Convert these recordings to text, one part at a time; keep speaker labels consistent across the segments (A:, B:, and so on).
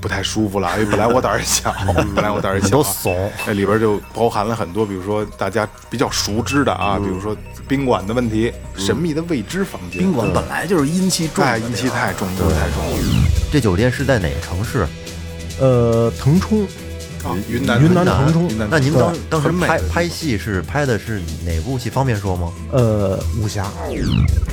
A: 不太舒服了， 因为本来我胆儿也 小，
B: 嗯
A: 本来我胆儿也小，
C: 都怂。
A: 那里边就包含了很多，比如说大家比较熟知的
B: 嗯
A: 啊，比如说宾馆的问题、神秘的未知房间、
D: 宾馆本来就是阴气重的
A: 太
D: 地方，
A: 阴气太重，阴气太重了。
C: 这酒店是在哪个城市？
B: 呃，腾冲，
A: 啊云南
B: 嗯云南腾冲
A: 云南
C: 那您们
B: 对
C: 当当时
A: 很美
C: 拍
A: 的
C: 拍戏是拍的是哪部戏？方便说吗？
B: 呃，武侠。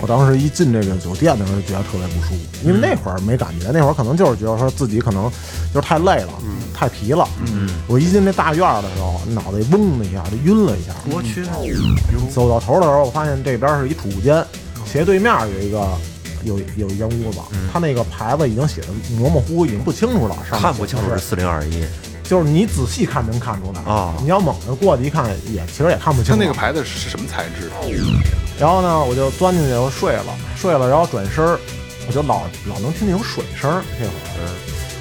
B: 我当时一进这个酒店的时候，就觉得特别不舒服，因为那会儿没感觉，那会儿可能就是觉得说自己可能就是太累了，太疲了。嗯，我一进那大院儿的时候，脑袋嗡的一下就晕了一下。
C: 嗯
D: 我去，
B: 走到头的时候，我发现这边是一储物间，斜对面有一个有有一间屋子，它那个牌子已经写的模模糊糊，已经不清楚了，上面
C: 看不清
B: 写
C: 楚
B: 的
C: 是四零二一，
B: 就是你仔细看能看出来
C: 啊
B: 你要猛地过去一看，也其实也看不
A: 它
B: 清。
A: 那个，牌子是什么材质？
B: 然后呢，我就钻进去，我睡了，睡了，然后转身儿，我就老老能听见有水声儿，这会儿，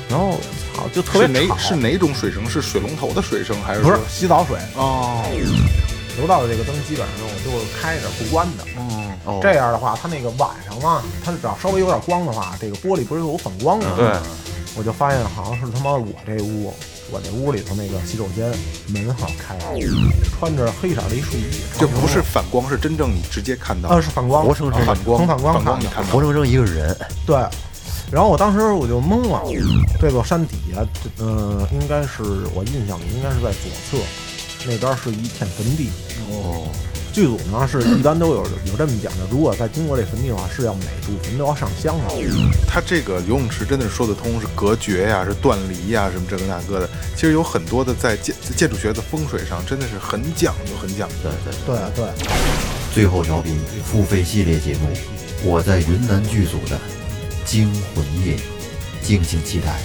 B: 然后操，就特
A: 是
B: 别吵
A: 哪是哪种水声？是水龙头的水声还是
B: 不
A: 说
B: 是洗澡水，
A: 哦，
B: 楼道的这个灯基本上我就开着不关的。
C: 哦
B: 这样的话，它那个晚上啊，它只要稍微有点光的话，这个玻璃不是有反光吗？
A: 对，
B: 我就发现好像是他妈我这屋，我这屋里头那个洗手间门好像开着，穿着黑色的一睡衣，
A: 这不是反光，是真正你直接看到
B: 啊，是反光，
C: 活生生
A: 啊反光，
B: 从反光看
A: 你
B: 的
A: 看到
C: 活生生一个人，
B: 对。然后我当时我就懵了，这座山底下，这呃，应该是我印象里应该是在左侧，那边是一片坟地。哦，剧组呢是一般都有有这么讲究，如果再经过这坟地的话，是要每处坟都要上香啊的。
A: 它这个游泳池真的是说得通，是隔绝呀、是断离呀、什么这个那个的。其实有很多的在建建筑学的风水上，真的是很讲究，很讲究。
C: 对对。
B: 对对，
C: 最后调频付费系列节目，我在云南剧组的惊魂夜，敬请期待。